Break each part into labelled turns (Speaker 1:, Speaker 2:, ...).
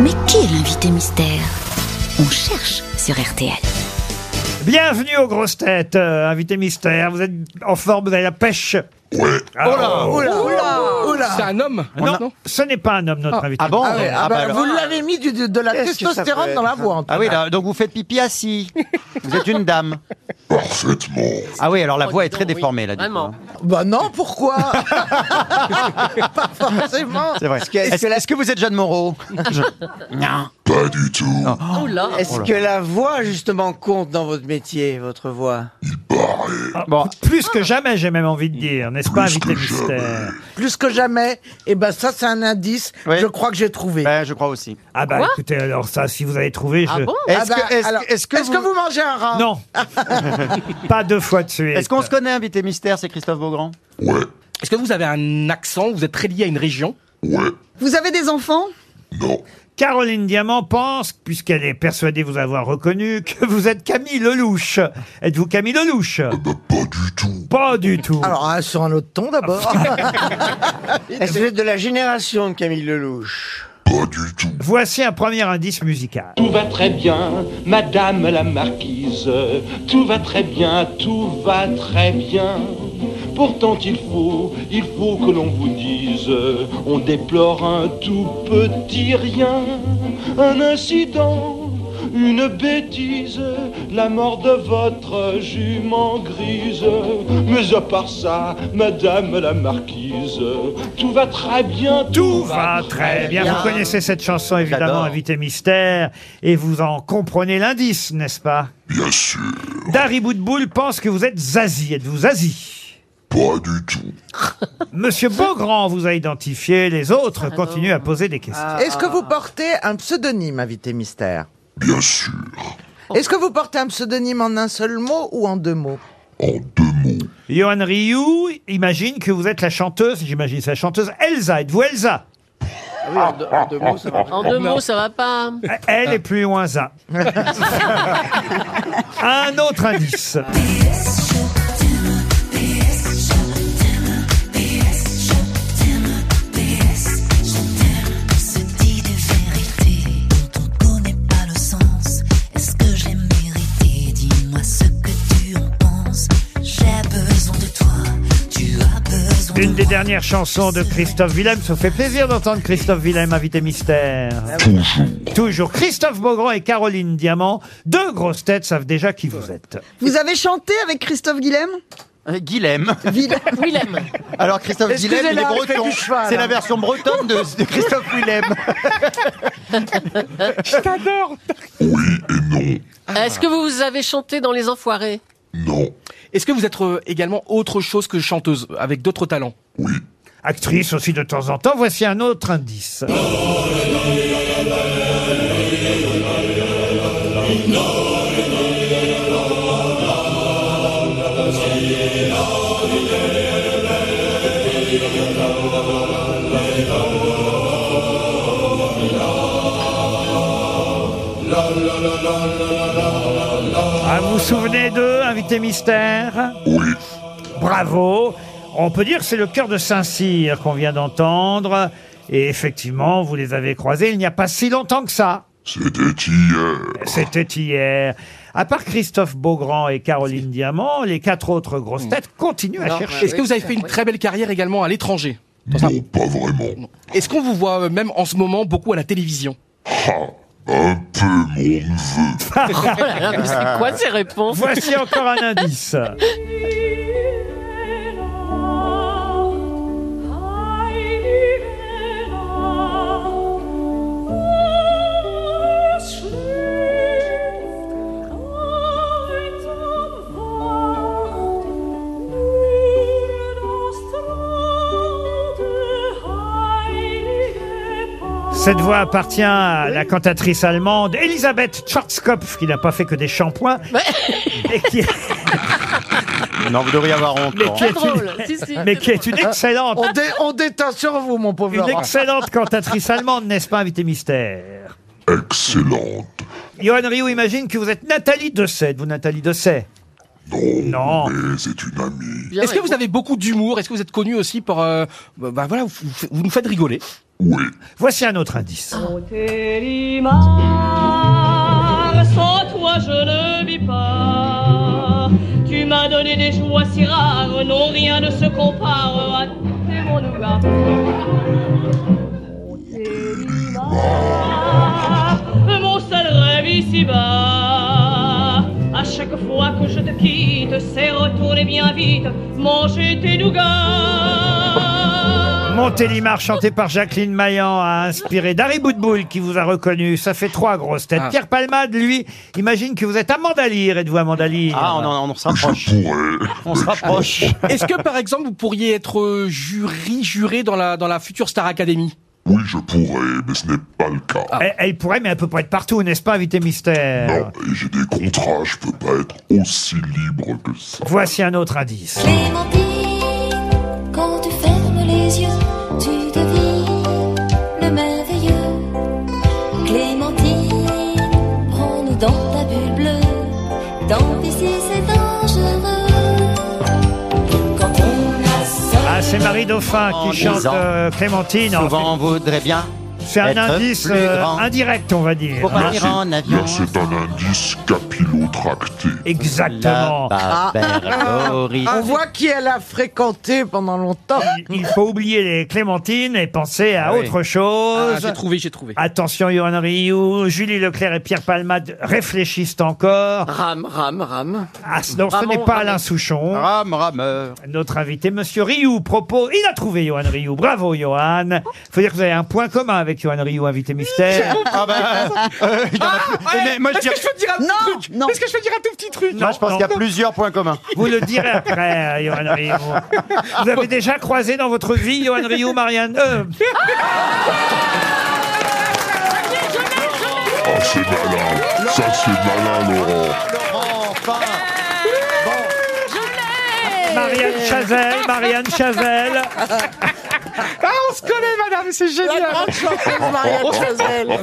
Speaker 1: Mais qui est l'invité mystère On cherche sur RTL.
Speaker 2: Bienvenue aux grosses têtes, euh, invité mystère. Vous êtes en forme, vous avez la pêche.
Speaker 3: Oh là, oh là, oh là, oh là.
Speaker 4: C'est un homme
Speaker 2: Non, ce n'est pas un homme, notre invité.
Speaker 5: Ah bon
Speaker 3: Ah ouais, ah
Speaker 5: Ah bah
Speaker 3: bah,
Speaker 5: alors.
Speaker 3: vous l'avez mis du- de, de la
Speaker 5: Qu'est-ce que ça peut
Speaker 3: testostérone
Speaker 5: être,
Speaker 3: dans la
Speaker 5: ça
Speaker 3: voix. en tout
Speaker 5: Ah oui,
Speaker 3: cas.
Speaker 5: là, donc vous faites pipi assis. vous êtes une dame.
Speaker 6: Parfaitement.
Speaker 5: Ah oui, alors la voix est très déformée là. du coup,
Speaker 7: Vraiment.
Speaker 5: hein.
Speaker 3: Bah non, pourquoi Pas forcément.
Speaker 5: C'est vrai. Est-ce que, est-ce que vous êtes Jeanne Moreau Je- Non.
Speaker 6: Pas du tout.
Speaker 7: Oh là
Speaker 5: Oh
Speaker 8: Est-ce
Speaker 5: là.
Speaker 8: que la voix, justement, compte dans votre métier, votre voix
Speaker 2: Ah,
Speaker 5: Bon.
Speaker 2: Plus que jamais, j'ai même envie de dire, n'est-ce pas,
Speaker 6: Plus
Speaker 2: invité
Speaker 6: que jamais.
Speaker 2: mystère
Speaker 3: Plus que jamais, et ben ça c'est un indice,
Speaker 5: Ouais.
Speaker 3: je crois que j'ai trouvé.
Speaker 5: Ben, je crois aussi.
Speaker 2: Ah bah écoutez, alors ça, si vous avez trouvé, je...
Speaker 7: Ah bon
Speaker 3: Ah
Speaker 5: Est-ce
Speaker 3: bah,
Speaker 5: que, est-ce que-
Speaker 3: alors,
Speaker 5: est-ce que vous-
Speaker 3: mangez un rat
Speaker 2: Non Pas deux fois de suite.
Speaker 5: est-ce qu'on se connaît, invité mystère, c'est Christophe Beaugrand
Speaker 6: Ouais,
Speaker 4: Est-ce que vous avez un accent Vous êtes très lié à une région
Speaker 6: ouais,
Speaker 9: Vous avez des enfants
Speaker 6: non.
Speaker 2: Caroline Diamant pense, puisqu'elle est persuadée vous avoir reconnu, que vous êtes Camille Lelouch. Êtes-vous Camille Lelouch
Speaker 6: Bah, pas du tout.
Speaker 2: Pas du tout.
Speaker 3: Alors hein, sur un autre ton d'abord.
Speaker 8: Est-ce que vous êtes de la génération de Camille Lelouch
Speaker 6: Pas du tout.
Speaker 2: Voici un premier indice musical.
Speaker 10: Tout va très bien, Madame la Marquise. Tout va très bien, tout va très bien. Pourtant il faut, il faut que l'on vous dise, on déplore un tout petit rien, un incident, une bêtise, la mort de votre jument grise. Mais à part ça, Madame la Marquise, tout va très bien, tout,
Speaker 2: Tout va très bien. Vous connaissez cette chanson, évidemment,
Speaker 5: J'adore.
Speaker 2: Invité Mystère, et vous en comprenez l'indice, n'est-ce pas
Speaker 6: Bien sûr.
Speaker 2: Dari Boudboul pense que vous êtes Zazie. Êtes-vous Zazie
Speaker 6: Pas du tout.
Speaker 2: Monsieur Beaugrand vous a identifié, les autres continuent à poser des questions. Ah.
Speaker 3: Est-ce que vous portez un pseudonyme, invité mystère
Speaker 6: Bien sûr.
Speaker 3: Est-ce que vous portez un pseudonyme en un seul mot ou en deux mots
Speaker 6: En deux mots.
Speaker 2: Johan Ryu imagine que vous êtes la chanteuse, j'imagine c'est la chanteuse Elsa. Êtes-vous Elsa
Speaker 8: Ah oui, en deux, en deux mots, ça va.
Speaker 7: En deux mots, ça va pas. hein.
Speaker 2: Elle est plus loin ça. Un autre indice. Une des dernières chansons de Christophe Willem. Ça vous fait plaisir d'entendre Christophe Willem, invité mystère.
Speaker 6: Toujours.
Speaker 2: Toujours Christophe Beaugrand et Caroline Diamant. Deux grosses têtes savent déjà qui vous êtes.
Speaker 9: Vous avez chanté avec Christophe Guillem
Speaker 5: Euh, Guilhem.
Speaker 7: Willem.
Speaker 5: Alors Christophe Guilhem, il est
Speaker 3: Excusez-la, je fais
Speaker 5: breton.
Speaker 3: du cheval,
Speaker 5: C'est
Speaker 3: hein.
Speaker 5: la version bretonne de, de Christophe Willem.
Speaker 6: Oui et non.
Speaker 7: Est-ce que vous avez chanté dans Les Enfoirés
Speaker 6: Non.
Speaker 4: Est-ce que vous êtes euh, également autre chose que chanteuse, avec d'autres talents
Speaker 6: Oui.
Speaker 2: Actrice aussi de temps en temps. Voici un autre indice. Ah, vous vous souvenez d'eux, invité mystère
Speaker 6: Oui.
Speaker 2: Bravo. On peut dire que c'est le cœur de Saint-Cyr qu'on vient d'entendre. Et effectivement, vous les avez croisés il n'y a pas si longtemps que ça.
Speaker 6: C'était hier.
Speaker 2: C'était hier. À part Christophe Beaugrand et Caroline Diamant, les quatre autres grosses têtes continuent à
Speaker 11: Ah,
Speaker 2: chercher.
Speaker 4: Est-ce que vous avez fait une très belle carrière également à l'étranger
Speaker 6: Non, pas vraiment.
Speaker 4: Est-ce qu'on vous voit euh, même en ce moment beaucoup à la télévision
Speaker 6: Ha. Un peu mon neveu.
Speaker 7: Ah, mais C'est quoi ces réponses
Speaker 2: Voici encore un indice. Cette voix appartient à la cantatrice allemande Elisabeth Schwarzkopf, qui n'a pas fait que des shampoings. Et qui,
Speaker 5: non, vous devriez avoir honte.
Speaker 2: mais
Speaker 5: Laurent.
Speaker 2: qui est
Speaker 7: Pas
Speaker 2: une-
Speaker 7: drôle. Si, si,
Speaker 2: mais
Speaker 7: c'est
Speaker 2: qui est une excellente
Speaker 3: Ah, on, dé- on déteint sur vous, mon pauvre
Speaker 2: Une
Speaker 3: Laurent.
Speaker 2: excellente cantatrice allemande, n'est-ce pas, invité mystère
Speaker 6: Excellente.
Speaker 2: Johan Rioux imagine que vous êtes Nathalie Dessay. Vous, Nathalie Dessay
Speaker 6: Non.
Speaker 2: Non.
Speaker 6: Mais c'est une amie.
Speaker 7: bien,
Speaker 4: Est-ce que
Speaker 7: et
Speaker 4: vous avez beaucoup d'humour Est-ce que vous êtes connu aussi pour... euh, bah, bah, voilà, vous, vous- vous nous faites rigoler.
Speaker 6: Oui.
Speaker 2: Voici un autre indice.
Speaker 12: Télimar, sans toi je ne vis pas. Tu m'as donné des joies si rares, non rien ne se compare à tes mon nougat. Télimar, mon seul rêve ici-bas. À chaque fois que je te quitte, c'est retourner bien vite, manger tes nougats.
Speaker 2: Montélimar, chanté par Jacqueline Maillan, a inspiré Dari Boudboul qui vous a reconnu. Ça fait trois grosses têtes.
Speaker 4: Ah.
Speaker 2: Pierre Palmade, lui, imagine que vous êtes Amanda Lear. Êtes-vous Amanda Lear
Speaker 5: Ah, on, en- on se rapproche.
Speaker 6: Pourrais.
Speaker 5: On se rapproche.
Speaker 4: Est-ce que par exemple vous pourriez être euh, jury juré dans la dans la future Star Academy
Speaker 6: Oui, je pourrais, mais ce n'est pas le cas.
Speaker 2: elle, elle pourrait, mais elle peut pas être partout, n'est-ce pas, invité mystère
Speaker 6: Non, et j'ai des contrats, je peux pas être aussi libre que ça.
Speaker 2: Voici un autre indice.
Speaker 1: Clémentine, quand tu fermes les yeux, tu devines le merveilleux. Clémentine, prends-nous dans ta bulle bleue, dans ici c'est dangereux. Quand on a soif.
Speaker 2: Ah, c'est Marie Dauphin
Speaker 5: En
Speaker 2: qui chante
Speaker 5: disant-
Speaker 2: euh, Clémentine. En
Speaker 5: Souvent, on voudrait bien.
Speaker 2: fait, C'est un
Speaker 5: être
Speaker 2: indice
Speaker 5: plus
Speaker 2: euh,
Speaker 5: grand.
Speaker 2: indirect, on va dire.
Speaker 5: Pour
Speaker 6: Là,
Speaker 5: partir
Speaker 6: c'est-
Speaker 5: en avion.
Speaker 6: là, c'est un indice capillotracté.
Speaker 2: Exactement.
Speaker 5: La barbarie.
Speaker 3: On voit qui elle a fréquenté pendant longtemps.
Speaker 2: Il faut oublier les Clémentines et penser à
Speaker 5: Ah oui.
Speaker 2: autre
Speaker 4: Ah,
Speaker 2: chose.
Speaker 4: J'ai trouvé, j'ai
Speaker 11: Ah,
Speaker 4: trouvé.
Speaker 2: Attention, Johan Rioux, Julie Leclerc et Pierre Palmade réfléchissent encore.
Speaker 8: Ram, ram, ram.
Speaker 2: Ah, non, ce
Speaker 8: Ramon,
Speaker 2: n'est pas
Speaker 8: Ramon.
Speaker 2: Alain Souchon.
Speaker 5: Rame, rameur.
Speaker 2: Notre invité, Monsieur Rioux, propose. Il a trouvé Johan Rioux. Bravo, Johan. Faut dire que vous avez un point commun avec Johan Rioux, invité mystère.
Speaker 5: Ah bah, euh, il y en a plus. Mais moi, je dirais-
Speaker 4: peux dire un petit truc
Speaker 9: non.
Speaker 4: Est-ce que je peux dire un tout petit truc
Speaker 5: Moi, je pense
Speaker 2: non.
Speaker 5: qu'il y a plusieurs points communs.
Speaker 2: Vous le direz après, euh, Johan Rioux. Vous avez déjà croisé dans votre vie Johan Rioux, Marianne euh,
Speaker 6: Ah, c'est malin. Ça, c'est malin, Laurent.
Speaker 5: Laurent, enfin.
Speaker 2: Marianne Chazelle, Marianne Chazelle.
Speaker 4: Ah, on se connaît, madame, c'est génial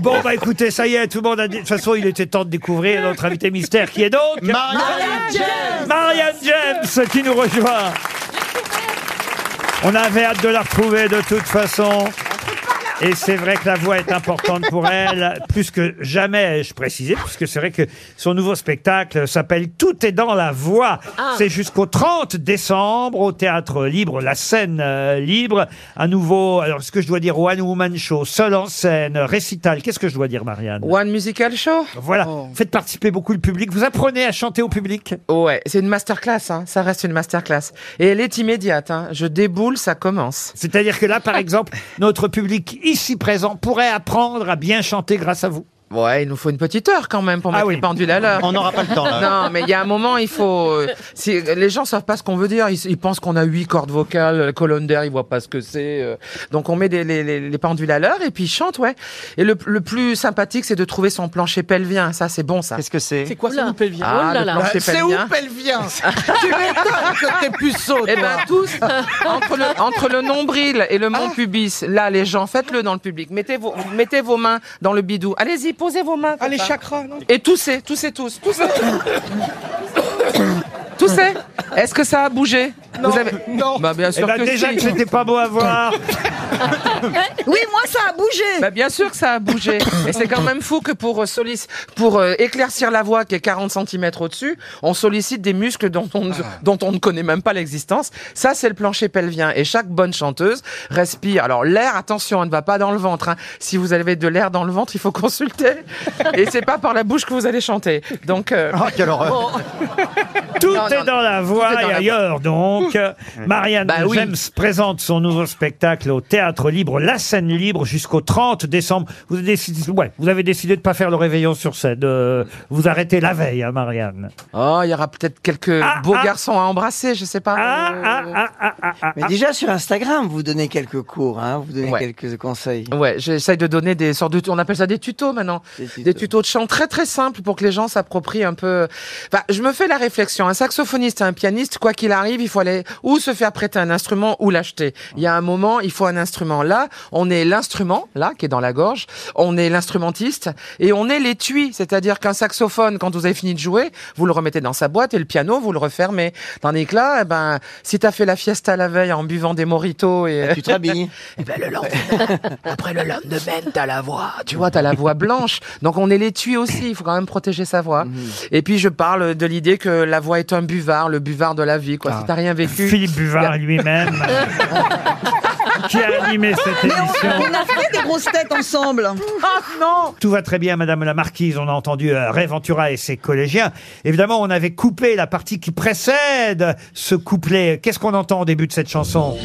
Speaker 2: Bon, bah écoutez, ça y est, tout le monde a dit. De toute façon, il était temps de découvrir notre invité mystère qui est donc. Marianne James qui nous rejoint. On avait hâte de la retrouver de toute façon. Et c'est vrai que la voix est importante pour elle, plus que jamais, ai-je précisé, puisque c'est vrai que son nouveau spectacle s'appelle Tout est dans la voix.
Speaker 7: Ah.
Speaker 2: C'est jusqu'au 30 décembre au Théâtre Libre, la scène euh, libre. Un nouveau, alors ce que je dois dire, One Woman Show, seul en scène, récital. Qu'est-ce que je dois dire, Marianne
Speaker 11: One Musical Show
Speaker 2: Voilà, faites participer beaucoup le public. Vous apprenez à chanter au public
Speaker 11: Ouais, c'est une masterclass, hein. ça reste une masterclass. Et elle est immédiate, hein. je déboule, ça commence.
Speaker 2: C'est-à-dire que là, par exemple, notre public ici présent pourrait apprendre à bien chanter grâce à vous.
Speaker 11: Ouais, il nous faut une petite heure quand même pour
Speaker 2: Ah
Speaker 11: mettre
Speaker 2: oui.
Speaker 11: les pendules à l'heure.
Speaker 5: On n'aura pas le temps, là.
Speaker 11: Non, mais il y a un moment, il faut. euh, Si, les gens savent pas ce qu'on veut dire. Ils, ils pensent qu'on a huit cordes vocales, la colonne d'air, ils voient pas ce que c'est. euh. Donc on met des, les, les- les pendules à l'heure et puis ils chantent, ouais. Et le, le plus sympathique, c'est de trouver son plancher pelvien. Ça, c'est bon, ça.
Speaker 5: Qu'est-ce que c'est
Speaker 4: quoi
Speaker 7: Oula.
Speaker 4: pelvien
Speaker 11: Ah,
Speaker 7: Oh là
Speaker 11: le
Speaker 7: là.
Speaker 11: plancher
Speaker 3: C'est où
Speaker 11: pelvien.
Speaker 3: elle vient Tu m'étonnes que t'es puceau,
Speaker 11: Eh
Speaker 3: toi.
Speaker 11: ben tous entre le, entre le nombril et le mont pubis. Là, les gens, faites-le dans le public. Mettez vos mettez vos mains dans le bidou. Allez-y, posez vos mains. comme
Speaker 8: les
Speaker 11: ça.
Speaker 8: chakras, non
Speaker 11: Et toussez, toussez tous, toussez. toussez. Est-ce que ça a bougé Vous avez...
Speaker 5: Oh,
Speaker 4: non.
Speaker 11: Bah bien
Speaker 2: Eh
Speaker 11: sûr
Speaker 2: ben,
Speaker 11: que
Speaker 2: déjà
Speaker 11: si.
Speaker 2: que c'était pas beau à voir.
Speaker 9: Oui, moi, ça a bougé.
Speaker 11: Bah bien sûr que ça a bougé. Et c'est quand même fou que pour euh, solic- pour euh, éclaircir la voix qui est 40 cm au-dessus, on sollicite des muscles dont on, ne- dont on ne connaît même pas l'existence. Ça, c'est le plancher pelvien. Et chaque bonne chanteuse respire. Alors l'air, attention, elle ne va pas dans le ventre. hein. Si vous avez de l'air dans le ventre, il faut consulter. Et c'est pas par la bouche que vous allez chanter. Donc euh,
Speaker 5: Oh, quelle horreur.
Speaker 2: Tout
Speaker 11: Non,
Speaker 2: est
Speaker 11: non,
Speaker 2: dans la voix
Speaker 11: tout est dans
Speaker 2: et
Speaker 11: la
Speaker 2: ailleurs, donc. Marianne
Speaker 11: Bah oui.
Speaker 2: James présente son nouveau spectacle au Théâtre Libre, la scène libre, jusqu'au 30 décembre. Vous avez décidé, ouais, vous avez décidé de pas faire le réveillon sur scène. euh, vous arrêtez la veille, hein, Marianne.
Speaker 11: oh, il y aura peut-être quelques
Speaker 2: Ah,
Speaker 11: beaux
Speaker 2: ah.
Speaker 11: garçons à embrasser, je sais pas.
Speaker 2: Ah, ah, ah, ah, ah, ah.
Speaker 8: Mais déjà sur Instagram, vous donnez quelques cours, hein, vous donnez
Speaker 11: Ouais.
Speaker 8: quelques conseils.
Speaker 11: Ouais, j'essaye de donner des sortes de, on appelle ça des tutos maintenant,
Speaker 8: Des tutos.
Speaker 11: des tutos de chant très très simples pour que les gens s'approprient un peu. Enfin, je me fais la réflexion. attention, un saxophoniste, un pianiste, quoi qu'il arrive, il faut aller ou se faire prêter un instrument ou l'acheter. Il y a un moment, il faut un instrument. Là, on est l'instrument, là, qui est dans la gorge, on est l'instrumentiste et on est l'étui. C'est-à-dire qu'un saxophone, quand vous avez fini de jouer, vous le remettez dans sa boîte et le piano, vous le refermez. Tandis que là, eh ben, si t'as fait la fiesta la veille en buvant des moritos et...
Speaker 5: Ah,
Speaker 8: tu te rhabilles.
Speaker 11: Eh ben, le lendemain, après le lendemain, t'as la voix. Tu vois, t'as la voix blanche. Donc on est l'étui aussi. Il faut quand même protéger sa voix. Et puis je parle de l'idée que la voix est un buvard, le buvard de la vie. Quoi. Si t'as rien vécu.
Speaker 2: Philippe Buvard lui-même. euh, qui a animé cette émission.
Speaker 9: On a fait des grosses têtes ensemble.
Speaker 11: Ah non
Speaker 2: Tout va très bien, Madame la Marquise. On a entendu euh, Ray Ventura et ses collégiens. Évidemment, on avait coupé la partie qui précède ce couplet. Qu'est-ce qu'on entend au début de cette chanson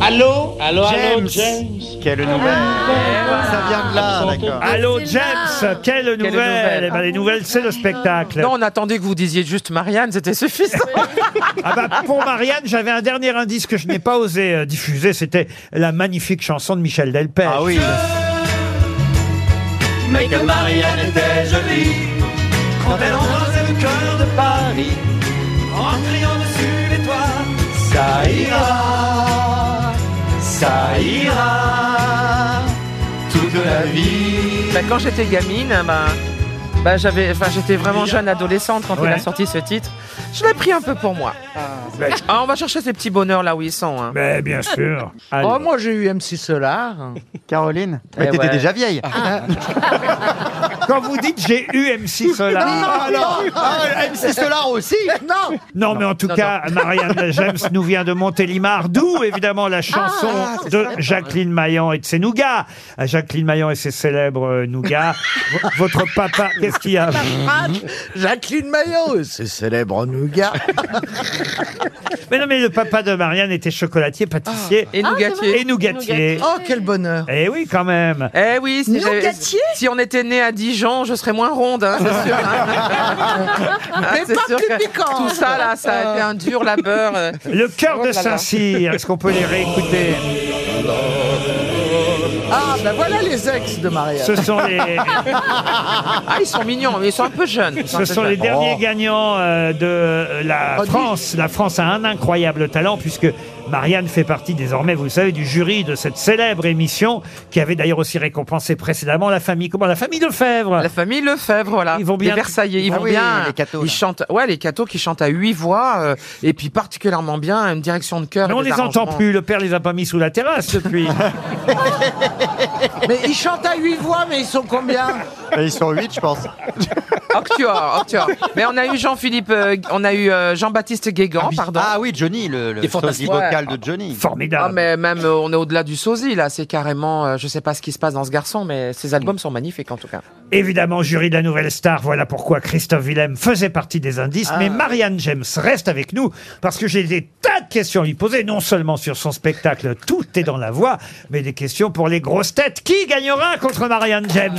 Speaker 10: Allô Allô, allô,
Speaker 5: James.
Speaker 10: James
Speaker 5: Quelle nouvelle Ça vient de là, d'accord.
Speaker 2: Allô, James Quelle nouvelle,
Speaker 11: nouvelle
Speaker 2: Eh ben, Les nouvelles, c'est le spectacle.
Speaker 11: Non, on attendait que vous disiez juste Marianne, c'était suffisant.
Speaker 2: Ah bah, pour Marianne, j'avais un dernier indice que je n'ai pas osé euh, diffuser. C'était la magnifique chanson de Michel Delpech.
Speaker 5: Ah oui.
Speaker 10: Mais que Marianne était jolie Quand elle embrassait le cœur de Paris En criant dessus les toits
Speaker 2: Ah,
Speaker 10: Ça ira Ça ira Toute la vie
Speaker 11: Bah, quand j'étais gamine, hein, bah, bah, j'avais, enfin, j'étais vraiment jeune adolescente quand il
Speaker 2: Ouais.
Speaker 11: a sorti ce titre. Je l'ai pris un peu pour moi. Ah, on va chercher ces petits bonheurs là où ils sont. hein.
Speaker 2: Mais bien sûr.
Speaker 3: Oh,
Speaker 2: Alors,
Speaker 3: moi j'ai eu M6 Solar.
Speaker 5: Caroline Mais
Speaker 11: Eh
Speaker 5: t'étais
Speaker 11: ouais.
Speaker 5: déjà vieille.
Speaker 2: quand vous dites j'ai eu M6 Solar.
Speaker 5: Ah alors ah, MC Solar aussi
Speaker 3: Non
Speaker 2: Non, mais en tout
Speaker 11: non,
Speaker 2: cas, Marianne James nous vient de Montélimar, d'où évidemment
Speaker 11: Ah,
Speaker 2: la chanson de Jacqueline Maillan et de ses nougats. Ah, Jacqueline Maillan et ses célèbres euh, nougats. V- Votre papa, qu'est-ce qu'il y a
Speaker 3: Ah, Jacqueline Maillot, c'est célèbre nougat.
Speaker 2: Mais non, mais le papa de Marianne était chocolatier, pâtissier
Speaker 11: Ah. Et
Speaker 2: et
Speaker 11: nougatier.
Speaker 2: nougatier.
Speaker 3: Ah, Oh, quel bonheur.
Speaker 2: Eh oui, quand même.
Speaker 11: Eh oui, si, j'avais-
Speaker 9: Nougatier
Speaker 11: si on était né à Dijon, je serais moins ronde, hein, c'est sûr. hein. Ah,
Speaker 9: Mais
Speaker 11: c'est
Speaker 9: pas
Speaker 11: sûr
Speaker 9: plus
Speaker 11: que
Speaker 9: piquante.
Speaker 11: Tout ça là, ça a été un dur labeur. euh.
Speaker 2: Le cœur
Speaker 11: Oh
Speaker 2: de
Speaker 11: là là.
Speaker 2: Saint-Cyr, est-ce qu'on peut les réécouter
Speaker 3: Ah, ben voilà les ex de Marianne.
Speaker 2: Ce sont les,
Speaker 11: Ah, ils sont mignons, mais ils sont un peu jeunes. ils
Speaker 2: ce
Speaker 11: un
Speaker 2: sont les
Speaker 11: peu jeunes.
Speaker 2: derniers gagnants euh, de la
Speaker 3: Oh, dis-
Speaker 2: France. La France a un incroyable talent puisque Marianne fait partie désormais, vous le savez, du jury de cette célèbre émission qui avait d'ailleurs aussi récompensé précédemment la famille, comment la famille de Fèvre.
Speaker 11: La famille Lefebvre, voilà.
Speaker 2: Ils vont bien.
Speaker 11: Les Versaillais, ils
Speaker 5: Ah
Speaker 11: vont
Speaker 5: oui,
Speaker 11: bien.
Speaker 5: les cathos,
Speaker 11: ils
Speaker 5: là.
Speaker 11: chantent, ouais, les cathos qui chantent à huit voix, euh, et puis particulièrement bien, une direction de cœur.
Speaker 2: Mais
Speaker 11: et
Speaker 2: on
Speaker 11: des
Speaker 2: les entend
Speaker 11: arrangements.
Speaker 2: plus, le père les a pas mis sous la terrasse depuis.
Speaker 3: Mais ils chantent à huit voix, mais ils sont combien
Speaker 5: Et Ils sont 8, je pense.
Speaker 11: Octuor, Octuor. Mais on a eu Jean-Philippe, euh, on a eu euh, Jean-Baptiste Guégan, pardon.
Speaker 5: Ah oui, Johnny, le, le
Speaker 11: Des fantastiques.
Speaker 5: sosie vocal de Johnny.
Speaker 11: Ah,
Speaker 2: Formidable.
Speaker 11: mais même euh, on est au-delà du sosie là, c'est carrément, euh, je sais pas ce qui se passe dans ce garçon, mais ses albums sont magnifiques en tout cas.
Speaker 2: Évidemment, jury de la nouvelle star, voilà pourquoi Christophe Willem faisait partie des indices. Mais Marianne James reste avec nous parce que j'ai des tas de questions à lui poser, non seulement sur son spectacle Tout est dans la voix, mais des questions pour les grosses têtes. Qui gagnera contre Marianne James